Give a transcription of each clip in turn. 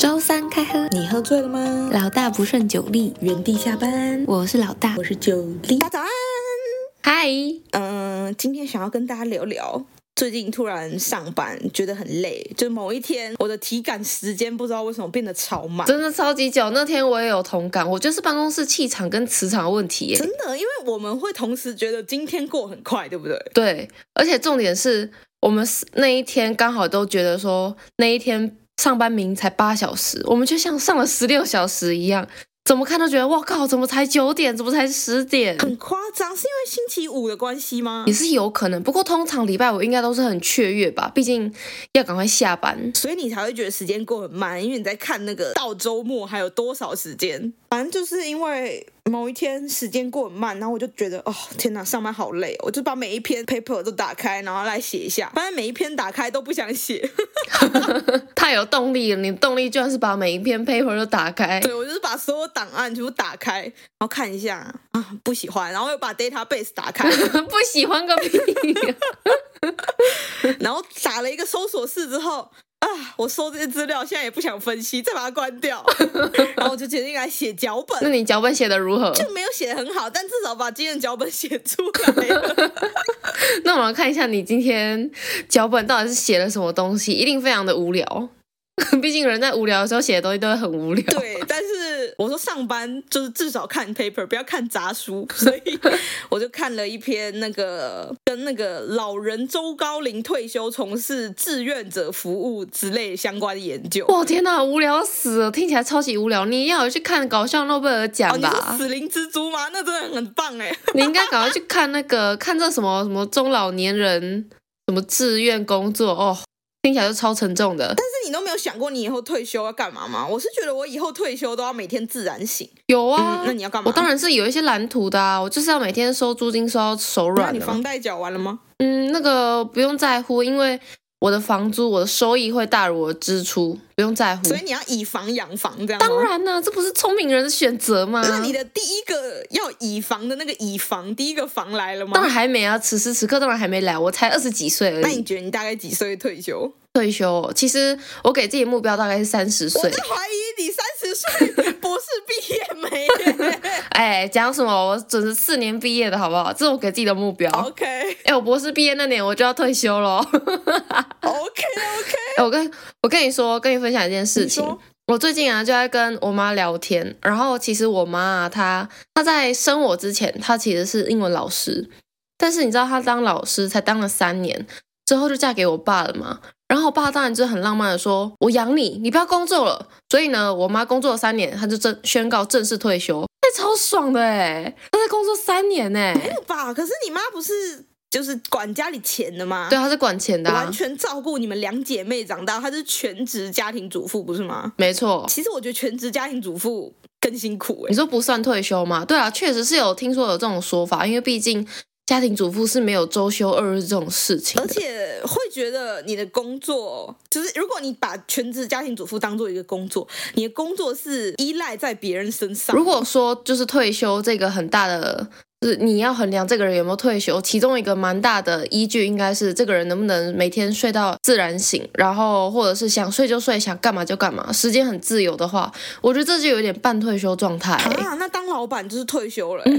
周三开喝，你喝醉了吗？老大不顺酒力，原地下班，我是老大我，是九力。大家早安。嗨，嗯、今天想要跟大家聊聊，最近突然上班觉得很累，就某一天我的体感时间不知道为什么变得超慢。真的超级久。那天我也有同感，我就是办公室气场跟磁场的问题耶真。的，因为我们会同时觉得今天过很快，对不对？对，而且重点是我们是那一天刚好都觉得说那一天上班明才八小时，我们就像上了十六小时一样，怎么看都觉得哇靠，怎么才九点，怎么才十点？很夸张，是因为星期五的关系吗也？是有可能，不过通常礼拜五应该都是很雀跃吧，毕竟要赶快下班。所以你才会觉得时间过很慢，因为你在看那个到周末还有多少时间。反正就是因为某一天时间过很慢，然后我就觉得哦天哪，上班好累哦，我就把每一篇 paper 都打开，然后来写一下。反正每一篇打开都不想写，太有动力了，你动力居然是把每一篇 paper 都打开。 对我就是把所有档案全部打开，然后看一下啊不喜欢，然后又把 database 打开，不喜欢个屁呀、 然后打了一个搜索式之后。啊！我搜这些资料，现在也不想分析，再把它关掉。然后我就决定来写脚本。那你脚本写的如何？就没有写的很好，但至少把今天的脚本写出来 了。 那我们来看一下你今天脚本到底是写了什么东西，一定非常的无聊。 毕竟人在无聊的时候写的东西都会很无聊。对，但是我说上班就是至少看 paper，不要看杂书，所以我就看了一篇那个跟那个老人周高龄退休从事志愿者服务之类相关的研究。哇天哪，无聊死了，听起来超级无聊。你要有去看搞笑诺贝尔哦，奖你吧说？死灵蜘蛛吗？那真的很棒哎！你应该赶快去看那个看这什么什么中老年人什么志愿工作哦，听起来就超沉重的。 但是你都没有想过你以后退休要干嘛吗？我是觉得我以后退休都要每天自然醒。有啊，嗯那你要干嘛我当然是有一些蓝图的啊，我就是要每天收租金收到手那软、你啊。房贷缴完了吗？嗯，那个不用在乎，因为我的房租我的收益会大于我的支出，不用在乎。所以你要以房养房这样吗？当然呢、这不是聪明人的选择吗？那你的第一个要以防的那个以防，第一个防来了吗？当然还没啊，此时此刻当然还没来，我才二十几岁而那你已，觉得你大概几岁退休？退休哦、其实我给自己的目标大概是三十我岁在。怀疑你三十岁博士毕业没 耶哎，讲什么？我准时四年毕业的好不好？这是我给自己的目标。 ？OK 哎，我博士毕业那年我就要退休喽。 OK OK，哎，我跟我跟你说，跟你分享一件事情你说。我最近啊就在跟我妈聊天，然后其实我妈啊，她她在生我之前，她其实是英文老师，但是你知道她当老师才当了三年，之后就嫁给我爸了嘛。然后我爸当然就很浪漫的说：“我养你，你不要工作了。”所以呢，我妈工作了三年，她就正宣告正式退休，那超爽的哎！她在工作三年哎，没有吧？可是你妈不是就是管家里钱的吗？对，、她是管钱的、啊完，全照顾你们两姐妹长大，她是全职家庭主妇，不是吗？没错。其实我觉得全职家庭主妇更辛苦哎、你说不算退休吗？对啊，确实是有听说有这种说法，因为毕竟家庭主妇是没有周休二日这种事情而的。且会觉得你的工作，就是如果你把全职家庭主妇当做一个工作，你的工作是依赖在别人身上。如果说就是退休这个很大的，就是你要衡量这个人有没有退休，其中一个蛮大的依据应该是这个人能不能每天睡到自然醒，然后或者是想睡就睡，想干嘛就干嘛，时间很自由的话，我觉得这就有点半退休状态、欸啊，那当老板就是退休了欸、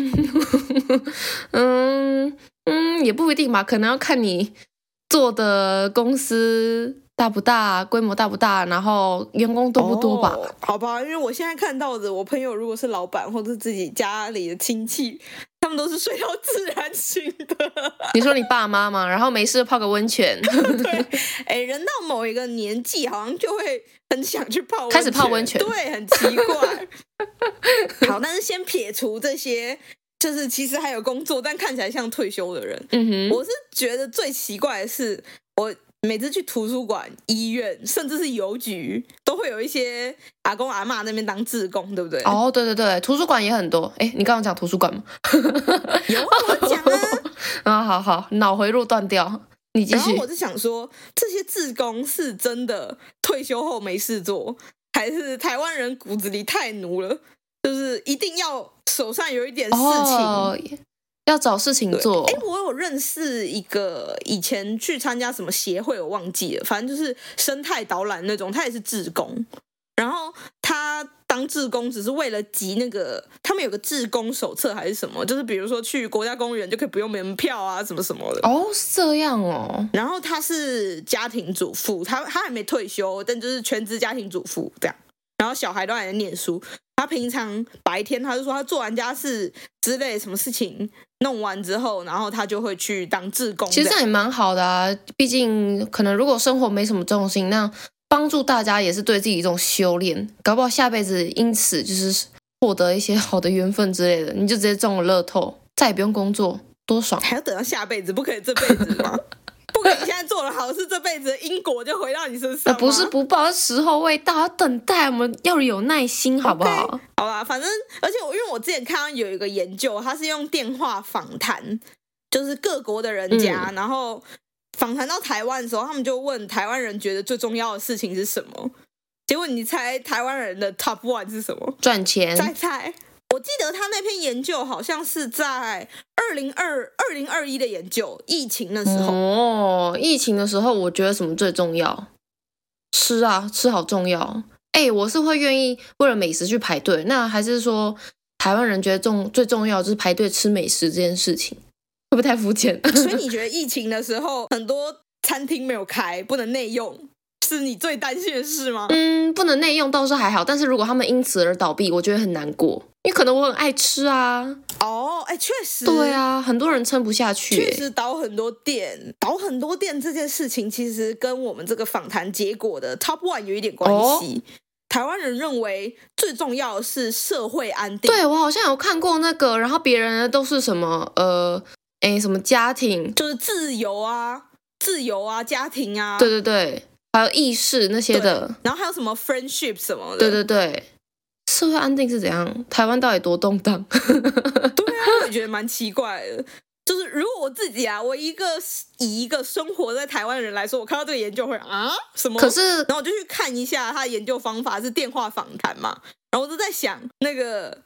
嗯嗯，也不一定吧，可能要看你做的公司大不大，规模大不大，然后员工多不多吧。哦好吧，因为我现在看到的，我朋友如果是老板或者自己家里的亲戚，他们都是睡到自然醒的。你说你爸妈嘛，然后没事泡个 温泉，哎、人到某一个年纪，好像就会很想去泡温开始泡温泉对，很奇怪。好，但是先撇除这些，就是其实还有工作，但看起来像退休的人，嗯哼，我是觉得最奇怪的是，我每次去图书馆、医院，甚至是邮局，都会有一些阿公阿妈那边当志工，对不对？，哦，对对对，图书馆也很多。哎，你刚刚讲图书馆吗？有啊，我讲啊。啊，好好，脑回路断掉，你继然后续我。就想说，这些志工是真的退休后没事做，还是台湾人骨子里太奴了？就是一定要手上有一点事情。哦，要找事情做哎，我有认识一个以前去参加什么协会，我忘记了，反正就是生态导览那种，他也是志工。然后他当志工只是为了集那个，他们有个志工手册还是什么，就是比如说去国家公园就可以不用门票啊，什么什么的。哦，是这样哦，然后他是家庭主妇，他他还没退休，但就是全职家庭主妇这样。然后小孩都还在念书，他平常白天他就说他做完家事之类什么事情弄完之后，然后他就会去当志工这其样。实这样也蛮好的啊。毕竟可能如果生活没什么重心，那帮助大家也是对自己一种修炼，搞不好下辈子因此就是获得一些好的缘分之类的，你就直接中了乐透，再也不用工作，多爽！还要等到下辈子，不可以这辈子吗？ 不可以现在做了好事，这辈子的因果就回到你身上呃，吗、不是不报，是时候未到，要等待，我们要有耐心，好不好 OK 好啦，反正而且我因为我之前看到有一个研究，他是用电话访谈，就是各国的人家，嗯然后访谈到台湾的时候，他们就问台湾人觉得最重要的事情是什么。结果你猜台湾人的 top one 是什么？赚再钱，猜。我记得他那篇研究好像是在二零二二零二一的研究，疫情的时候。哦，疫情的时候，我觉得什么最重要？吃啊，吃好重要。哎，我是会愿意为了美食去排队，那还是说台湾人觉得重最重要就是排队吃美食这件事情，会不会太肤浅？ 所以你觉得疫情的时候，很多餐厅没有开，不能内用，是你最担心的事吗？ 嗯，不能内用倒是还好，但是如果他们因此而倒闭，我觉得很难过，因为可能我很爱吃啊。哦，哎，确实，对，啊，很多人撑不下去、确哎实倒很多店，倒很多店这件事情，其实跟我们这个访谈结果的 top one 有一点关系。哦台湾人认为最重要的是社会安定，对，我好像有看过那个，然后别人的都是什么呃，诶，什么家庭，就是自由啊，自由啊，家庭啊，对对对，还有意识那些对的，然后还有什么 friendship 什么的，对对对，社会安定是怎样？台湾到底多动荡？对啊，我也觉得蛮奇怪的。 就是如果我自己啊，我一个以一个生活在台湾的人来说，我看到这个研究会啊什么？ 可是然后我就去看一下他的研究方法是电话访谈嘛，然后我就在想，那个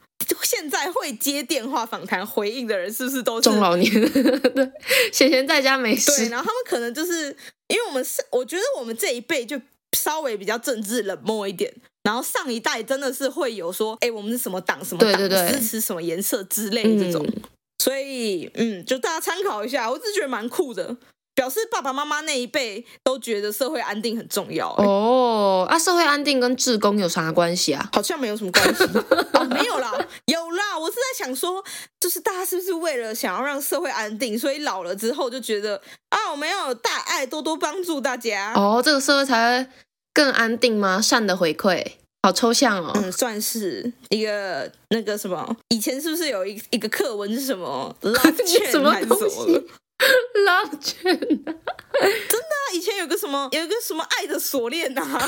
现在会接电话访谈回应的人是不是都是中老年， 对，闲闲在家没对，事，然后他们可能就是因为我们是，我觉得我们这一辈就稍微比较政治冷漠一点，然后上一代真的是会有说，哎，我们是什么党什么党，对对对支持什么颜色之类的这种，嗯，所以嗯，就大家参考一下，我只是觉得蛮酷的。表示爸爸妈妈那一辈都觉得社会安定很重要、欸哦，啊，社会安定跟志工有啥关系啊？好像没有什么关系、 哦，没有啦，有啦。我是在想说，就是大家是不是为了想要让社会安定，所以老了之后就觉得啊，我们要有大爱，多多帮助大家。哦，这个社会才会更安定吗？善的回馈，好抽象哦。嗯，算是一个那个什么，以前是不是有一一个课文是什 么 love 你 c 什么还是东什么啊的西？？Love 嗯 券啊那以前有个什么，有一个什么爱的锁链呐、啊，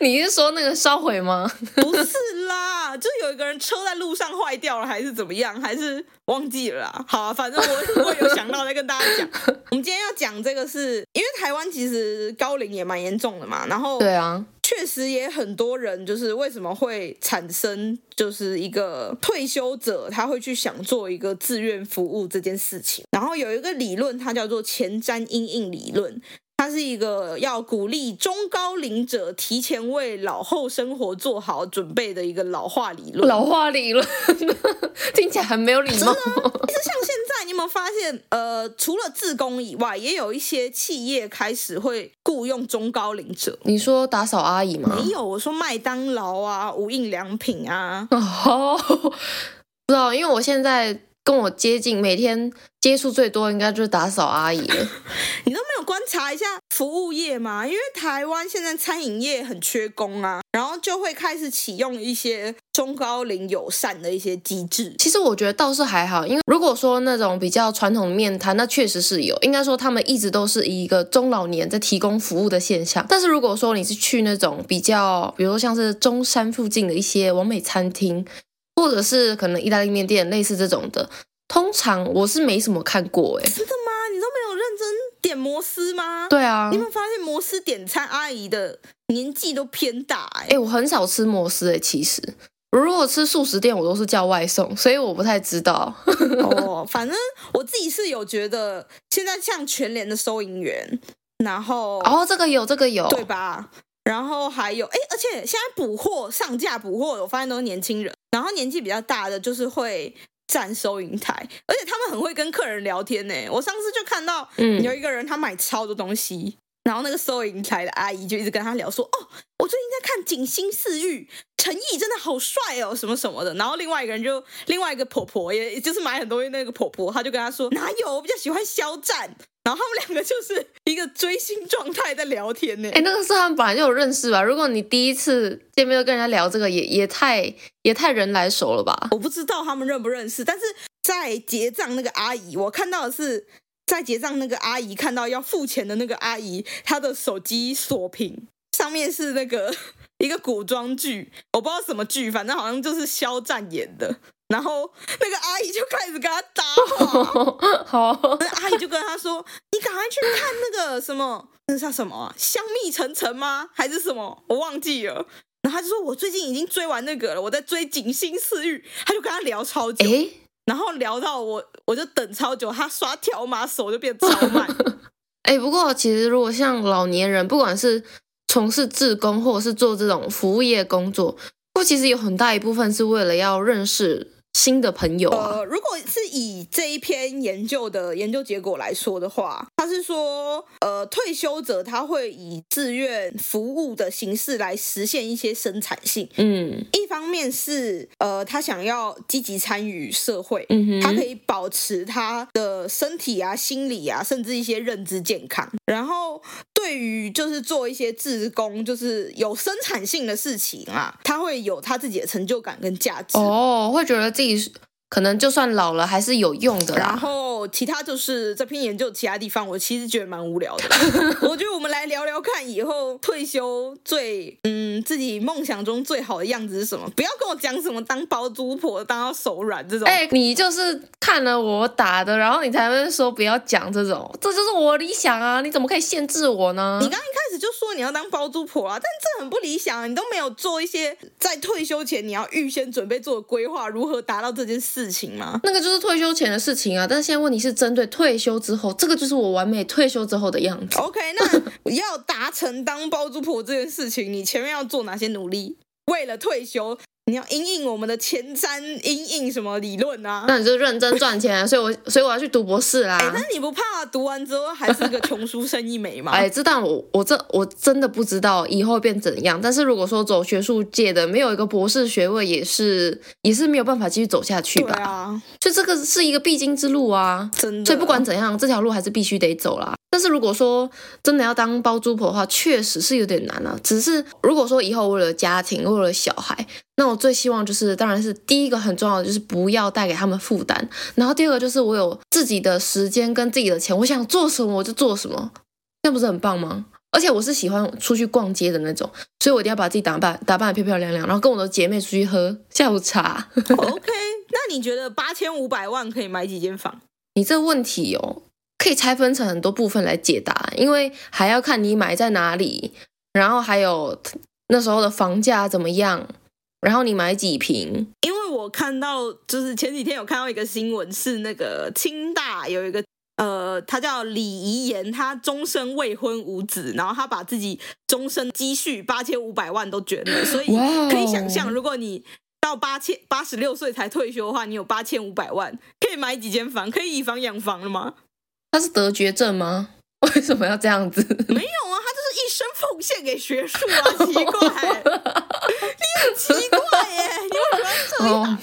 你是说那个烧毁吗？不是啦，就有一个人车在路上坏掉了，还是怎么样，还是忘记了啦。好啊，反正我我有想到再跟大家讲。我们今天要讲这个是，因为台湾其实高龄也蛮严重的嘛，然后对啊，确实也很多人就是为什么会产生就是一个退休者他会去想做一个志愿服务这件事情。然后有一个理论，它叫做前瞻因应理论。它是一个要鼓励中高龄者提前为老后生活做好准备的一个老化理论。老化理论 听起来很没有礼貌。其实像现在，你有没有发现，呃，除了自工以外，也有一些企业开始会雇佣中高龄者。你说打扫阿姨吗没？有，我说麦当劳啊，无印良品啊，哦，不知道，因为我现在跟我接近，每天接触最多应该就是打扫阿姨了。你都没有观察一下服务业吗？因为台湾现在餐饮业很缺工啊，然后就会开始启用一些中高龄友善的一些机制。其实我觉得倒是还好，因为如果说那种比较传统的面谈，那确实是有，应该说他们一直都是以一个中老年在提供服务的现象。但是如果说你是去那种比较，比如说像是中山附近的一些完美餐厅，或者是可能意大利面店类似这种的，通常我是没什么看过、欸，真的吗？你都没有认真点摩斯吗？、对啊你有，没有发现摩斯点餐阿姨的年纪都偏大、欸？哎、哎、我很少吃摩斯、欸，其实。如果吃素食店，我都是叫外送，所以我不太知道。 哦，反正我自己是有觉得，现在像全联的收银员，然后哦然、后这个有，这个有，对吧？然后还有，哎，而且现在补货上架补货，我发现都是年轻人，然后年纪比较大的就是会站收银台，而且他们很会跟客人聊天呢。我上次就看到嗯有一个人他买超多东西，然后那个收银台的阿姨就一直跟他聊说，哦，我最近在看《锦心似玉》。陈毅真的好帅哦，什么什么的。然后另外一个人就，另外一个婆婆也，也就是买很多那个婆婆，她就跟他说哪有，我比较喜欢肖战。然后他们两个就是一个追星状态在聊天呢。哎、那个是他们本来就有认识吧？如果你第一次见面就跟人家聊这个，也也太也太人来熟了吧？ 我不知道他们认不认识，但是在结账那个阿姨，我看到的是在结账那个阿姨看到要付钱的那个阿姨，她的手机锁屏上面是那个 一个古装剧，我不知道什么剧，反正好像就是肖战演的。然后那个阿姨就开始跟他搭话，好，那嗯阿姨就跟他说：“你赶快去看那个什么， 那叫什么啊？香蜜沉沉吗？还是什么？我忘记了。”然后他就说：“我最近已经追完那个了，我在追《锦心似玉》。”他就跟他聊超久，哎、然后聊到我，我就等超久，他刷条码手就变超慢。哎、不过其实如果像老年人，不管是从事志工或者是做这种服务业工作，不过其实有很大一部分是为了要认识新的朋友啊。呃，如果是以这一篇研究的研究结果来说的话，他是说，呃，退休者他会以志愿服务的形式来实现一些生产性。嗯一方面是呃，他想要积极参与社会，嗯他哼可，以保持他的身体啊、心理啊，甚至一些认知健康。然后对于就是做一些志工，就是有生产性的事情啊，他会有他自己的成就感跟价值。哦，会觉得自己是可能就算老了还是有用的然啦。后其他就是这篇研究其他地方，我其实觉得蛮无聊的。我觉得我们来聊聊看，以后退休最嗯自己梦想中最好的样子是什么？不要跟我讲什么当包租婆、当到手软这种。哎、你就是看了我打的，然后你才会说不要讲这种，这就是我理想啊！你怎么可以限制我呢？你刚一开始就说你要当包租婆啊，但这很不理想啊！你都没有做一些在退休前你要预先准备做的规划，如何达到这件事情吗？那个就是退休前的事情啊，但是现在问题是针对退休之后，这个就是我完美退休之后的样子。 OK，那要达成当包租婆这件事情，你前面要做哪些努力？为了退休，你要因应我们的前瞻，因应什么理论啊？那你就认真赚钱啊、所以我所以我要去读博士啦。哎、那你不怕读完之后还是个穷书生一枚吗？哎，这但我我这我真的不知道以后变怎样。但是如果说走学术界的，没有一个博士学位，也是也是没有办法继续走下去对吧。啊，所以这个是一个必经之路啊。真的。所以不管怎样，这条路还是必须得走啦。但是如果说真的要当包租婆的话，确实是有点难啊。只是如果说以后为了家庭，为了小孩，那我最希望就是，当然是第一个很重要的就是不要带给他们负担，然后第二个就是我有自己的时间跟自己的钱，我想做什么我就做什么，这样不是很棒吗？而且我是喜欢出去逛街的那种，所以我一定要把自己打扮打扮得漂漂亮亮，然后跟我的姐妹出去喝下午茶。 OK，那你觉得八千五百万可以买几间房？你这问题哦，可以拆分成很多部分来解答，因为还要看你买在哪里，然后还有那时候的房价怎么样，然后你买几平，因为我看到，就是前几天有看到一个新闻，是那个清大有一个呃，他叫李怡妍，他终身未婚无子，然后他把自己终身积蓄八千五百万都捐了，所以哇哦可以想象，如果你到八千八十六岁才退休的话，你有八千五百万，可以买几间房，可以以房养房了吗？他是得绝症吗？ 为什么要这样子？没有啊，他就是一生奉献给学术啊， 奇怪，奇怪耶，你为什么要这样？哦，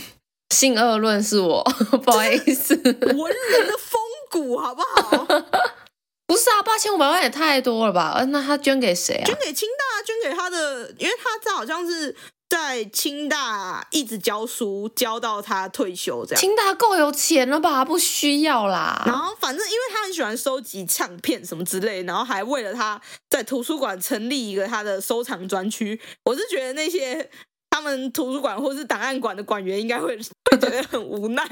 性恶论是我，不好意思，文人的风骨好不好？ 不是啊，八千五百万也太多了吧？呃那他捐给谁啊捐？给清大，捐给他的，因为他这好像是在清大一直教书，教到他退休这样。清大够有钱了吧？不需要啊然啦。后反正因为他很喜欢收集唱片什么之类，然后还为了他在图书馆成立一个他的收藏专区。我是觉得那些。他们图书馆或是档案馆的馆员应该会会觉得很无奈，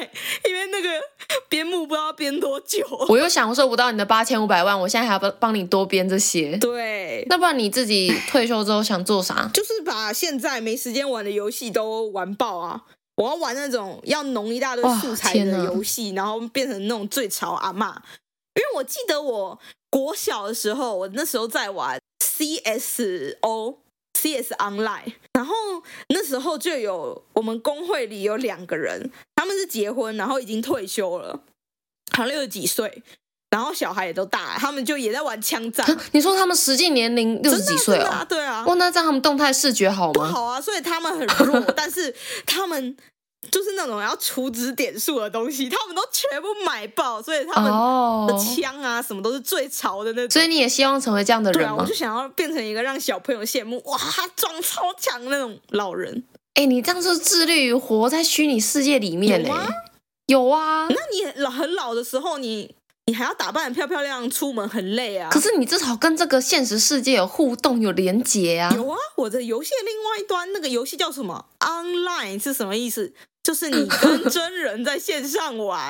因为那个编目不知道编多久。我又享受不到你的八千五百万，我现在还要帮帮你多编这些。对，那不然你自己退休之后想 做啥？啊就是把现在没时间玩的游戏都玩爆啊！我要玩那种要弄一大堆哇素材天的哪游戏，然后变成那种最潮阿嬷。因为我记得我国小的时候，我那时候在玩《 CSO。CS Online，然后那时候就有我们工会里有两个人，他们是结婚，然后已经退休了，好像六十几岁，然后小孩也都大了，他们就也在玩枪战，啊你说他们实际年龄六十几岁真的啊，真的哦啊，对啊，哇，那这样他们动态视觉好不吗？好啊，所以他们很弱， 但是他们就是那种要除值点数的东西，他们都全部买爆，所以他们哦的，枪啊什么都是最潮的那种。所以你也希望成为这样的对人啊，我吗就？想要变成一个让小朋友羡慕，哇，他装超强的那种老人。哎、你这样就是致力于活在虚拟世界里面嘞、有吗有啊，那你很老很老的时候，你你还要打扮得漂漂亮亮，出门很累啊。可是你至少跟这个现实世界有互动、有连结啊。有啊，我的游戏的另外一端那个游戏叫什么？Online 是什么意思？就是你跟真人在线上 玩，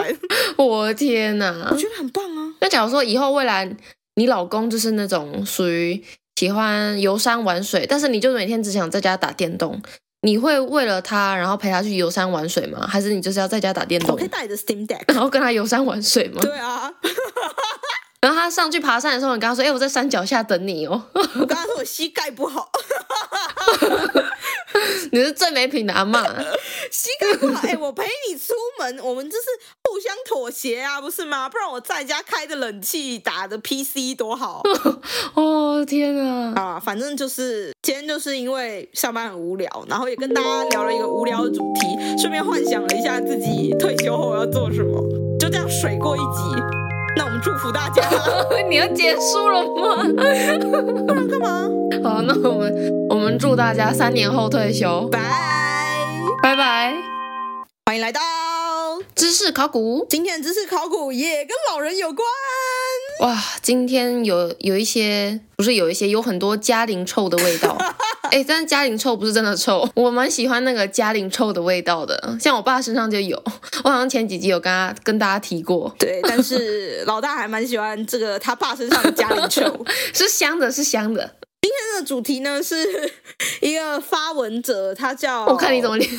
我的天哪、我觉得很棒啊。那假如说以后未来你老公就是那种属于喜欢游山玩水，但是你就每天只想在家打电动，你会为了他然后陪他去游山玩水吗？还是你就是要在家打电我动可以，带你的 Steam Deck。然后跟他游山玩水吗？对啊，然后他上去爬山的时候，你跟他说：“哎、我在山脚下等你哦。 我刚刚说我膝盖不好，”你是最没品的阿 嬷。膝盖不好，哎、我陪你出门，我们就是互相妥协啊，不是吗？不然我在家开着冷气打着 PC 多好哦天啊！啊！反正就是今天就是因为上班很无聊，然后也跟大家聊了一个无聊的主题，顺便幻想了一下自己退休后要做什么，就这样水过一集。那我们祝福大家，你要结束了吗？ 不然干嘛？好，那我们我们祝大家三年后退休，拜，拜拜。欢迎来到知识考古，今天的知识考古，也跟老人有关。哇，今天有有一些不是有一些有很多嘉陵臭的 味道。哎、但是嘉陵臭不是真的臭，我蛮喜欢那个嘉陵臭的味道的，像我爸身上就有。我好像前几集有跟他跟大家提过，对，但 是老大还蛮喜欢这个他爸身上的家庭球。今是香的，是香的。天的主题呢是一个发文者，他叫我看你怎 么，脸，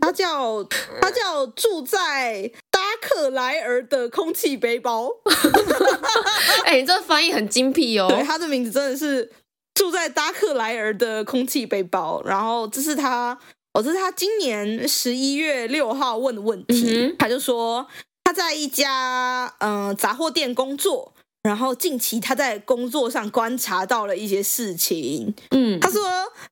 他叫他叫住在达克莱尔的空气背包。哎、你这翻译很精辟哦。 对，他的名字真的是住在达克莱尔的空气背包。然后这是他，哦，这是他今年十一月六号问的问题。嗯哼他就说他在一家嗯、呃杂货店工作，然后近期他在工作上观察到了一些事情。嗯，他说，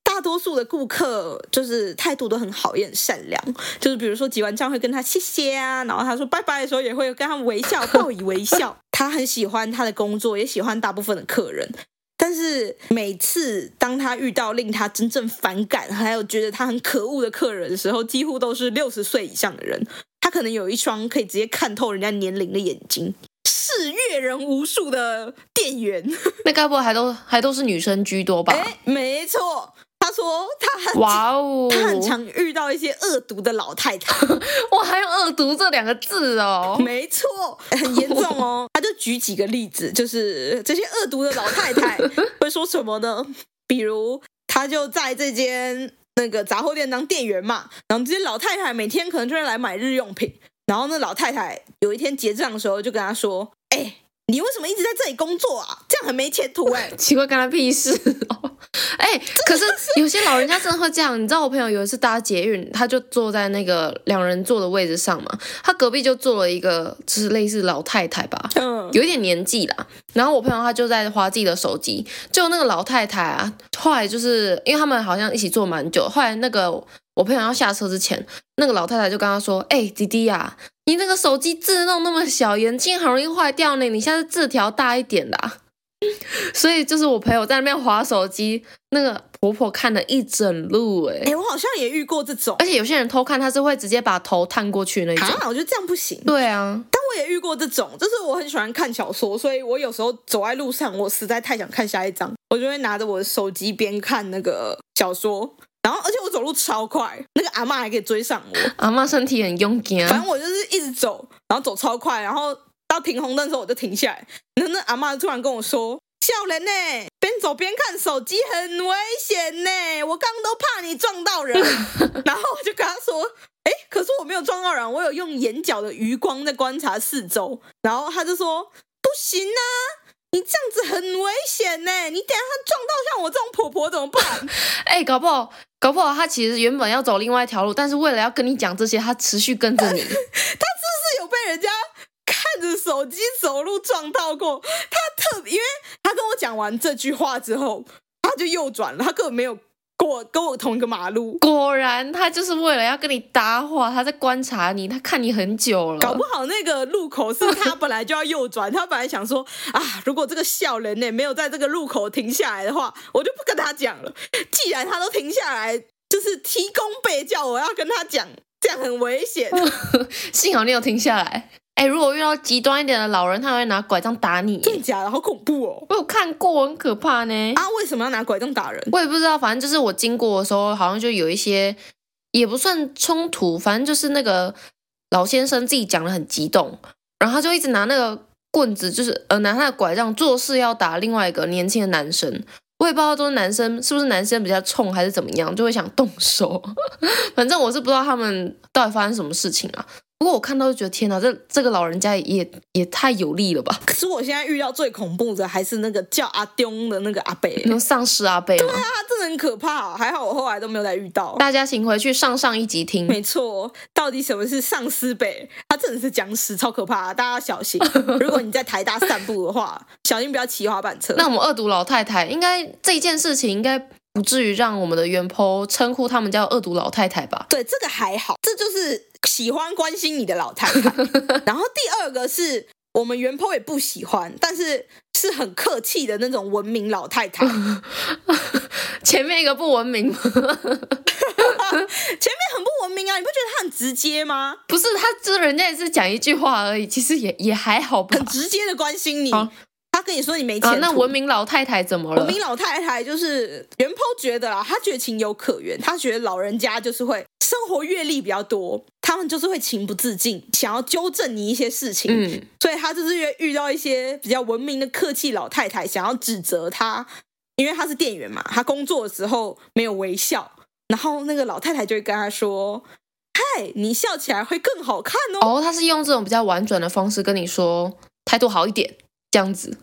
大多数的顾客就是态度都很好，也很善良。就是比如说结完账会跟他谢谢啊，然后他说拜拜的时候也会跟他们微 笑，报以微笑。他很喜欢他的工作，也喜欢大部分的客人。但是每次当他遇到令他真正反感，还有觉得他很可恶的客人的时候，几乎都是六十岁以上的人。他可能有一双可以直接看透人家年龄的眼睛，是阅人无数的店员。 那该不会还都还都是女生居多吧？哎，没错，他说他很哇哦，他很常遇到一些恶毒的老太太，哇，还有“恶毒”这两个字哦。没错，很严重哦。他就举几个例子，就是这些恶毒的老太太会说什么呢？比如，他就在这间那个杂货店当店员嘛，然后这些老太太每天可能就会来买日用品，然后那老太太有一天结账的时候就跟他说：“哎、你为什么一直在这里工作啊？这样很没前途哎、奇怪，干他屁事 哦！哎、可是有些老人家真的会这样。你知道我朋友有一次搭捷运，他就坐在那个两人座的位置上嘛，他隔壁就坐了一个就是类似老太太吧，嗯，有一点年纪啦。然后我朋友他就在划自己的手机，就那个老太太啊，后来就是因为他们好像一起坐蛮久，后来那个我朋友要下车之前，那个老太太就跟他说：“哎、弟弟呀、啊，你那个手机字弄那么小，眼睛很容易坏掉呢，你下次字条大一点啦。” 所以就是我朋友在那边划手机，那个婆婆看了一整路、欸，哎、我好像也遇过这种而且有些人偷看，他是会直接把头探过去那一种。啊，我觉得这样不行。对啊，我也遇过这种，就是我很喜欢看小说，所以我有时候走在路上，我实在太想看下一章，我就会拿着我的手机边看那个小说，然后而且我走路超快，那个阿嬷还可以追上我，阿妈身体很勇敢反啊正，我就是一直走，然后走超快，然后到停红灯的时候我就停下来，然后那阿嬷突然跟我说。笑人呢、边走边看手机很危险呢、我刚都怕你撞到人，然后我就跟他说：“哎、可是我没有撞到人，我有用眼角的余光在观察四周。”然后他就说：“不行啊，你这样子很危险呢、你等一下他撞到像我这种婆婆怎么办？哎，搞不好，搞不好他其实原本要走另外一条路，但是为了要跟你讲这些，他持续跟 着你。是有被人家看着手机走路撞到过。他特别，因为他跟我讲完这句话之后，他就右转了，他根本没有过跟我同一个马路。果然，他就是为了要跟你搭话，他在观察你，他看你很久了。搞不好那个路口是他本来就要右转，他本来想说啊，如果这个笑人呢、没有在这个路口停下来的话，我就不跟他讲了。既然他都停下来，就是提供被叫，我要跟他讲，这样很危险。幸好你有停下来。哎，如果遇到极端一点的老人，他会拿拐杖打你。真的假的？好恐怖哦！我有看过，很可怕呢。啊，为什么要拿拐杖打人？我也不知道，反正就是我经过的时候，好像就有一些也不算冲突，反正就是那个老先生自己讲的很激动，然后他就一直拿那个棍子，就是呃拿他的拐杖做事要打另外一个年轻的男生。我也不知道都是男生，是不是男生比较冲还是怎么样，就会想动手。 反正我是不知道他们到底发生什么事情啊。不过我看到就觉得天哪，这这个老人家也也太有力了吧？可是我现在遇到最恐怖的还是那个叫阿丢的那个阿北，你说丧尸阿贝吗？他真的很可怕、还好我后来都没有再遇到。大家请回去上上一集听。没错，到底什么是丧尸北？他真的是僵尸，超可怕、大家要小 心。如果你在台大散步的话，小心不要骑滑板车。那我们恶毒老太太，应该这件事情应该不至于让我们的原 po 称呼他们叫恶毒老太太吧？ 对这个还好，这就是喜欢关心你的老太 太。然后第二个是我们原 po 也不喜欢，但是是很客气的那种文明老太 太。前面一个不文明吗？前面很不文明啊，你不觉得他很直接吗？ 不是，他这人家也是讲一句话而已，其实也也还好吧很。直接的关心你好。他跟你说你没钱、啊，那文明老太太怎么了？文明老太太就是袁抛觉得啦，她觉得情有可原，她觉得老人家就是会生活阅历比较多，他们就是会情不自禁想要纠正你一些事情，嗯，所以她就是遇遇到一些比较文明的客气老太太，想要指责她，因为她是店员嘛，她工作的时候没有微笑，然后那个老太太就会跟她说：“嗨，你笑起来会更好看哦。”哦，他是用这种比较婉转的方式跟你说，态度好一点，这样子，哦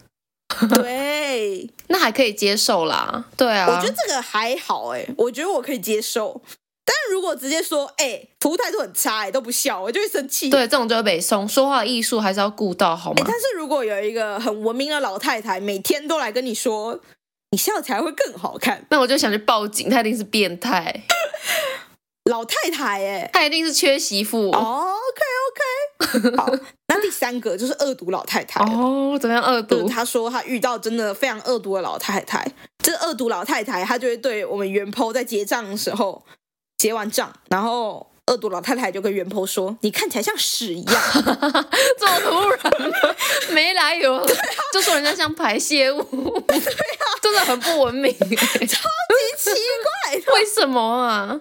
对，那还可以接受啦。对啊，我觉得这个还好哎、我觉得我可以接受。但如果直接说，哎、服务态度很差、哎，都不笑，我就会生气。对这种就会被送，说话的艺术还是要顾到好哎、吗但？是如果有一个很文明的老太太，每天都来跟你说，你笑起来会更好看，那我就想去报警，他一定是变态，老太太、哎、他一定是缺媳妇。哦，OK OK，好。那第三个就是恶毒老太太了。哦，怎么样恶就是毒？他说他遇到真的非常恶毒的老太太，这恶毒老太太她就会对我们袁剖在结账的时候结完账，然后恶毒老太太就跟袁剖说：“你看起来像屎一样。 这么突然的，没来由的，就说人家像排泄物，真的很不文明、欸。”很奇怪，为什么啊？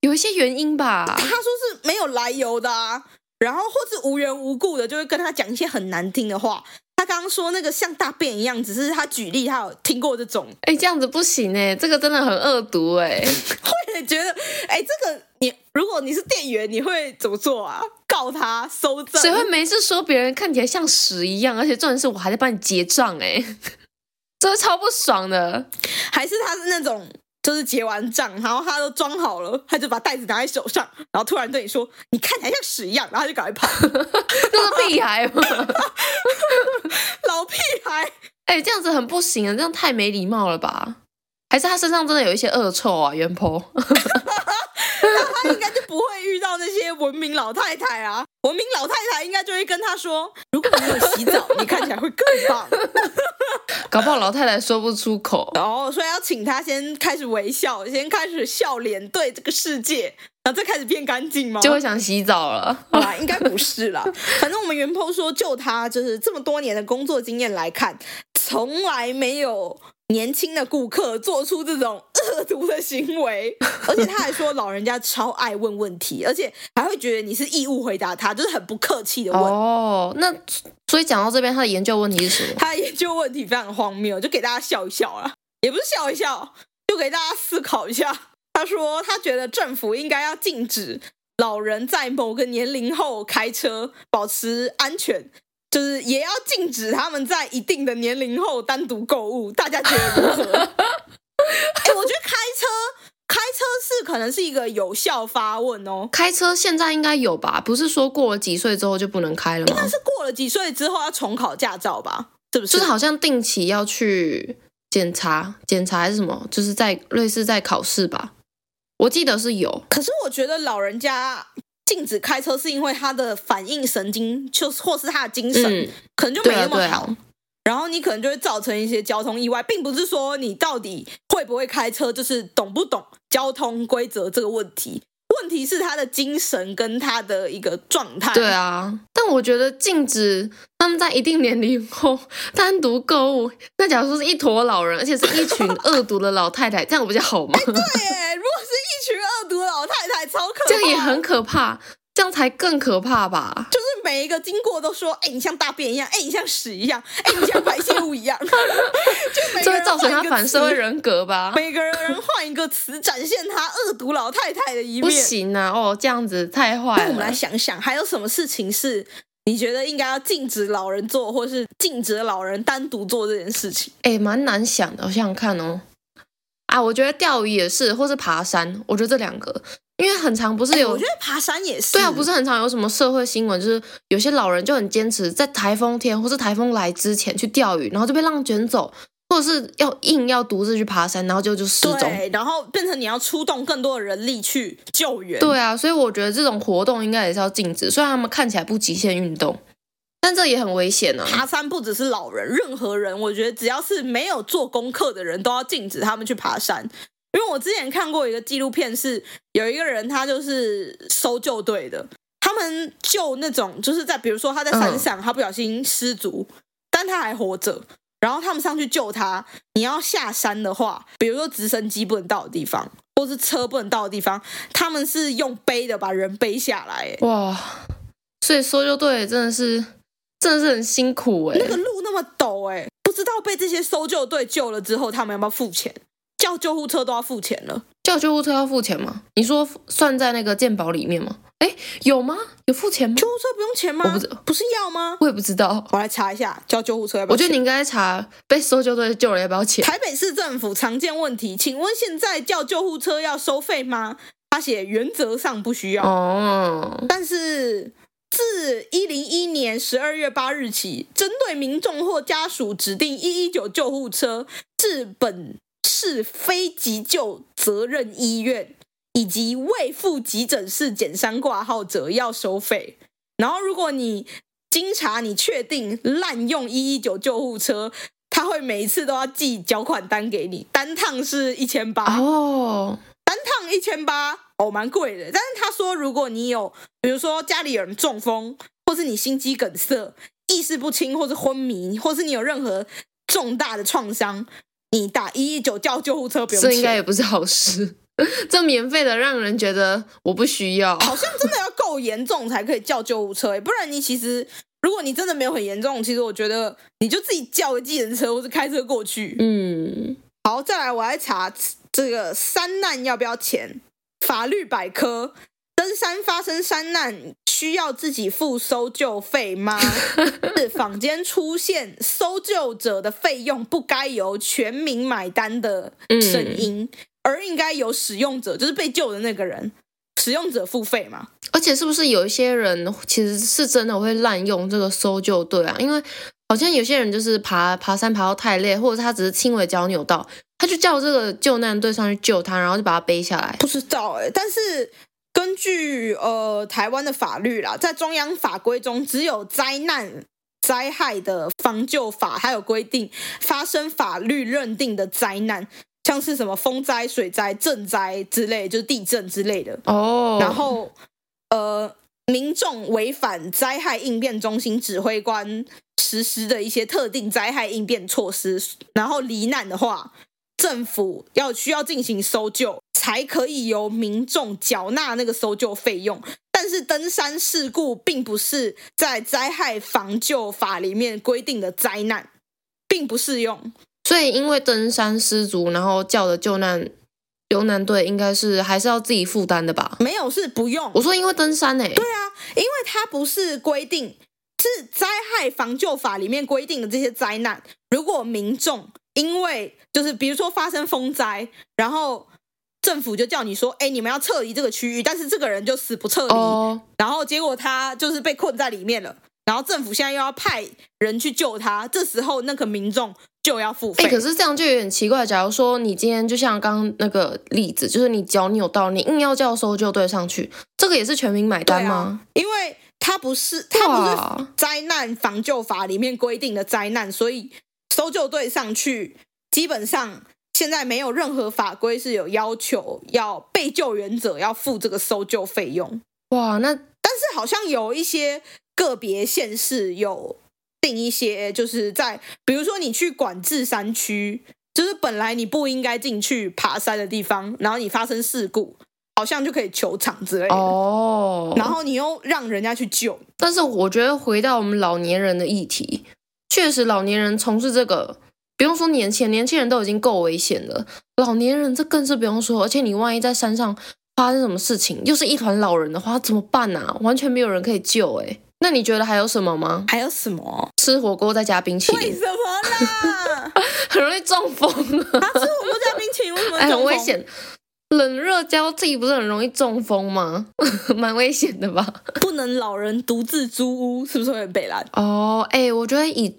有一些原因吧他。说是没有来由的啊，然后或是无缘无故的就会跟他讲一些很难听的话。他刚刚说那个像大便一样，只是他举例，他有听过这种， 哎、这样子不行哎、这个真的很恶毒哎、我也觉得，哎，这个你如果你是店员，你会怎么做啊？告他收账？谁会没事说别人看起来像屎一样？而且重点是我还在帮你结账哎、真的超不爽的。还是他是那种就是结完账，然后他都装好了，他就把袋子拿在手上，然后突然对你说：“你看起来像屎一样。”然后他就赶快跑， 那是屁孩 吗？老屁孩，哎、这样子很不行啊，这样太没礼貌了吧？还是他身上真的有一些恶臭啊？袁婆，他应该就不会遇到那些文明老太太啊。文明老太太应该就会跟他说：“如果你有洗澡，你看起来会更棒。搞不好老太太说不出口”。然后所以要请他先开始微笑，先开始笑脸对这个世界，然后再开始变干净吗？就会想洗澡了。 好啦，应该不是啦。反正我们袁剖说，就他就是这么多年的工作经验来看，从来没有年轻的顾客做出这种恶毒的行为，而且他还说老人家超爱问问题，而且还会觉得你是义务回答他，就是很不客气的问。哦，那所以讲到这边，他的研究问题是什么？他的研究问题非常荒谬，就给大家笑一笑啦，也不是笑一笑，就给大家思考一下。他说，他觉得政府应该要禁止老人在某个年龄后开车，保持安全，就是也要禁止他们在一定的年龄后单独购物。大家觉得如何？ 哎、我觉得开车开车是可能是一个有效发问哦。开车现在应该有吧？不是说过了几岁之后就不能开了吗？但是过了几岁之后要重考驾照吧？是不是？就是好像定期要去检查，检查还是什么，就是在类似在考试吧。我记得是有，可是我觉得老人家禁止开车是因为他的反应神经，就是或是他的精神、嗯，可能就对没啊那对么啊好。然后你可能就会造成一些交通意外，并不是说你到底会不会开车，就是懂不懂交通规则这个问题。问题是他的精神跟他的一个状态。对，啊。但我觉得禁止他们在一定年龄后 单独购物，那假如说是一坨老人，而且是一群 恶毒的老太太，这样不就好吗？哎对耶，如果是一群恶毒的老太太，超 可怕。这样也很可怕，这样才更可怕吧？就是每一个经过都说，哎，你像大便一样，哎，你像屎一样，哎，你像排泄物一样， 就每这个会人造成他换一个反社会词人格吧？每个人换一个词，展现他恶毒老太太的一面。不行啊！哦，这样子太那坏我们来了。想想，还有什么事情是你觉得应该要禁止老人做，或是禁止老人单独做这件事情？哎，蛮难想的，我想想看哦。啊，我觉得钓鱼也是，或是爬山，我觉得这两个，因为很常不是哎有、我觉得爬山也是。哦对啊，不是很常有什么社会新闻，就是有些老人就很坚持在台风天或是台风来之前去钓鱼，然后就被浪卷走，或者是要硬要独自去爬山，然后就就失踪。对，然后变成你要出动更多的人力去救援。对啊，所以我觉得这种活动应该也是要禁止，虽然他们看起来不极限运动，但这也很危险啊。爬山不只是老人，任何人，我觉得只要是没有做功课的人，都要禁止他们去爬山。因为我之前看过一个纪录片是，有一个人他就是搜救队的，他们救那种就是在比如说他在山上，他不小心失足，但他还活着，然后他们上去救他。你要下山的话，比如说直升机不能到的地方，或是车不能到的地方，他们是用背的把人背下来、欸哇，所以搜救队真的是真的是很辛苦哎、那个路那么陡、哎，不知道被这些搜救队救了之后，他们要不要付钱？叫救护车都要付钱了，叫救护车要付钱吗？你说算在那个健保里面吗？哎，有吗？有付钱吗？救护车不用钱吗？我不知不是要吗？我也不知道。我来查一下，叫救护车要不要我觉钱得你应该查被搜救队救了要不要钱。台北市政府常见问题，请问现在叫救护车要收费吗？他写原则上不需要，哦，但是自一零一年十二月八日起，针对民众或家属指定一一九救护车至本市非急救责任医院以及未附急诊室检伤挂号者要收费。然后，如果你经查你确定滥用一一九救护车，他会每一次都要寄缴款单给你，单趟是一千八。哦，单趟一千八，哦，蛮贵的。但是他说，如果你有，比如说家里有人中风，或是你心肌梗塞、意识不清，或是昏迷，或是你有任何重大的创伤，你打一一九叫救护车不用这钱。应该也不是好事。 这免费的让人觉得我不需要。好像真的要够严重才可以叫救护车、欸，不然你其实如果你真的没有很严重，其实我觉得你就自己叫个计程车或是开车过去。嗯，好，再来我来查这个山难要不要钱？法律百科：登山发生山难需要自己付搜救费吗？是坊间出现搜救者的费用不该由全民买单的声音，而应该由使用者，就是被救的那个人，使用者付费嘛？而且是不是有一些人其实是真的会滥用这个搜救队啊？因为好像有些人就是爬爬山爬到太累，或者是他只是轻微脚扭到，他就叫这个救难队上去救他，然后就把他背下来。不知道哎、但是根据呃台湾的法律啦，在中央法规中，只有灾难灾害的防救法还有规定，发生法律认定的灾难，像是什么风灾、水灾、震灾之类，就是地震之类的。哦，然后呃，民众违反灾害应变中心指挥官实施的一些特定灾害应变措施，然后罹难的话，政府要需要进行搜救，才可以由民众缴纳那个搜救费用。但是登山事故并不是在灾害防救法里面规定的灾难，并不适用。所以因为登山失足，然后叫的救难救难队应该是还是要自己负担的吧？没有是不用，欸我说因为登山诶、因为它不是规定是灾害防救法里面规定的这些灾难，如果民众因为就是比如说发生风灾，然后政府就叫你说，哎，你们要撤离这个区域，但是这个人就死不撤离，哦，然后结果他就是被困在里面了，然后政府现在又要派人去救他，这时候那个民众就要付费。哎、可是这样就有点奇怪。假如说你今天就像刚刚那个例子，就是你脚扭到，你硬要叫搜救队上去，这个也是全民买对单吗？啊？因为他不是他不是哇，灾难防救法里面规定的灾难，所以搜救队上去，基本上现在没有任何法规是有要求要被救援者要付这个搜救费用，哇，那但是好像有一些个别县市有定一些，就是在比如说你去管制山区，就是本来你不应该进去爬山的地方，然后你发生事故，好像就可以求偿之类的。哦，然后你又让人家去救，但是我觉得回到我们老年人的议题，确实老年人从事这个，不用说年轻人，年轻人都已经够危险了，老年人这更是不用说。而且你万一在山上发生什么事情，又是一团老人的话，怎么办啊？完全没有人可以救哎、那你觉得还有什么吗？还有什么？吃火锅再加冰淇 为淋，什么啦？ 很容易中 风啊，啊，吃火锅加冰淇淋为什么哎，中风很危？险。冷热交替不是很容易中风吗？ 蛮危险的吧？不能老人独自租屋，是不是会很北蓝？哦，哎，我觉得以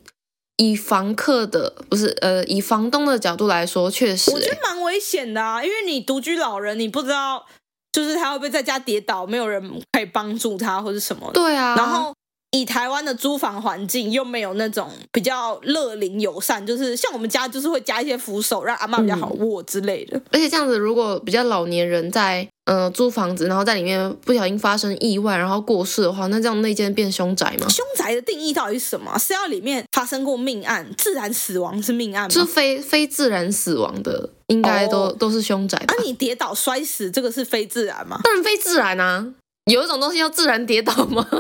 以房客的不是呃，以房东的角度来说，确实、我觉哎得蛮危险的啊，因为你独居老人，你不知道就是他会不会在家跌倒，没有人可以帮助他或是什么的。对啊。然后以台湾的租房环境又没有那种比较乐龄友善，就是像我们家就是会加一些扶手，让阿妈比较好握之类的。而且这样子，如果比较老年人在呃租房子，然后在里面不小心发生意外，然后过世的话，那这样那间变凶宅吗？凶宅的定义到底是什么啊？是要里面发生过命案，自然死亡是命案就是吗？非非自然死亡的，应该都、哦都是凶宅吧啊，？你跌倒摔死这个是非自然吗？当然非自然啊，有一种东西叫自然跌倒吗？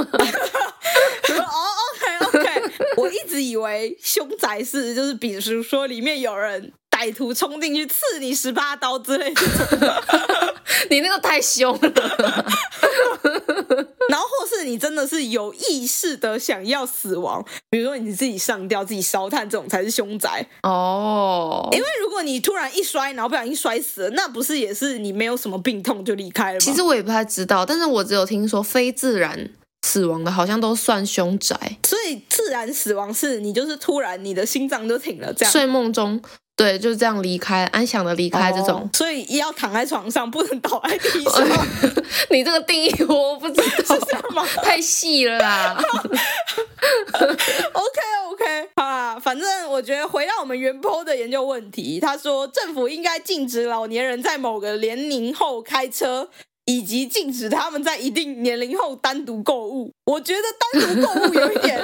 哦，OK OK，我 一直以为凶宅是就是，比如说里面有人歹徒冲进去刺你十八刀之类的，你那个太凶了。然后或是你真的是有意识的想要死亡，比如说你自己上吊、自己烧炭这种才是凶宅。哦，因为如果你突然一摔，然后不小心摔死了，那不是也是你没有什么病痛就离开了吗？其实我也不太知道，但是我只有听说非自然死亡的，好像都算凶宅，所以自然死亡是你就是突然你的心脏就停了这样。睡梦中对，就是这样离开，安详的离开这种哦。所以要躺在床上，不能倒在地上， 你这个定义我不知道，干嘛？太细了啦。 OK OK，好啦，反正我觉得回到我们原 PO 的研究问题，他说政府应该禁止老年人在某个年龄后开车，以及禁止他们在一定年龄后单独购物。我觉得单独购物有一点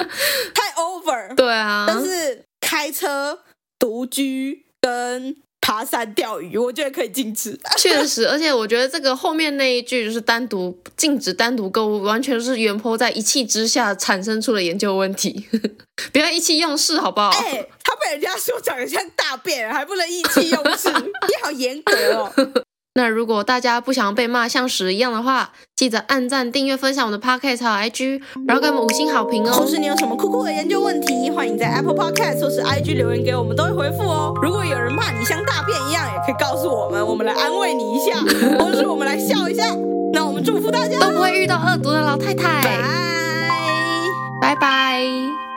太 over，对啊，但是 开车、独居跟爬山、钓鱼，我觉得可以禁止。确实，而且我觉得这个后面那一句就是单独禁止单独购物，完全是原坡在一气之下产生出的研究问题。 不要意气用事，好不好？哎、他被人家说长得像大便，还不能意气用事，你好严格哦。那如果大家不想被骂像屎一样的话，记得按赞、订阅、分享我们的 podcast 还有 IG，然后给我们五星好评或哦。是你有什么酷酷的研究问题，欢迎在 Apple Podcast 或是 IG 留言给我们，都会回复哦。如果有人骂你像大便一样，也可以告诉我们，我们来安慰你一下，或者是我们来笑一下。那我们祝福大家，都不会遇到恶毒的老太太。拜。拜拜。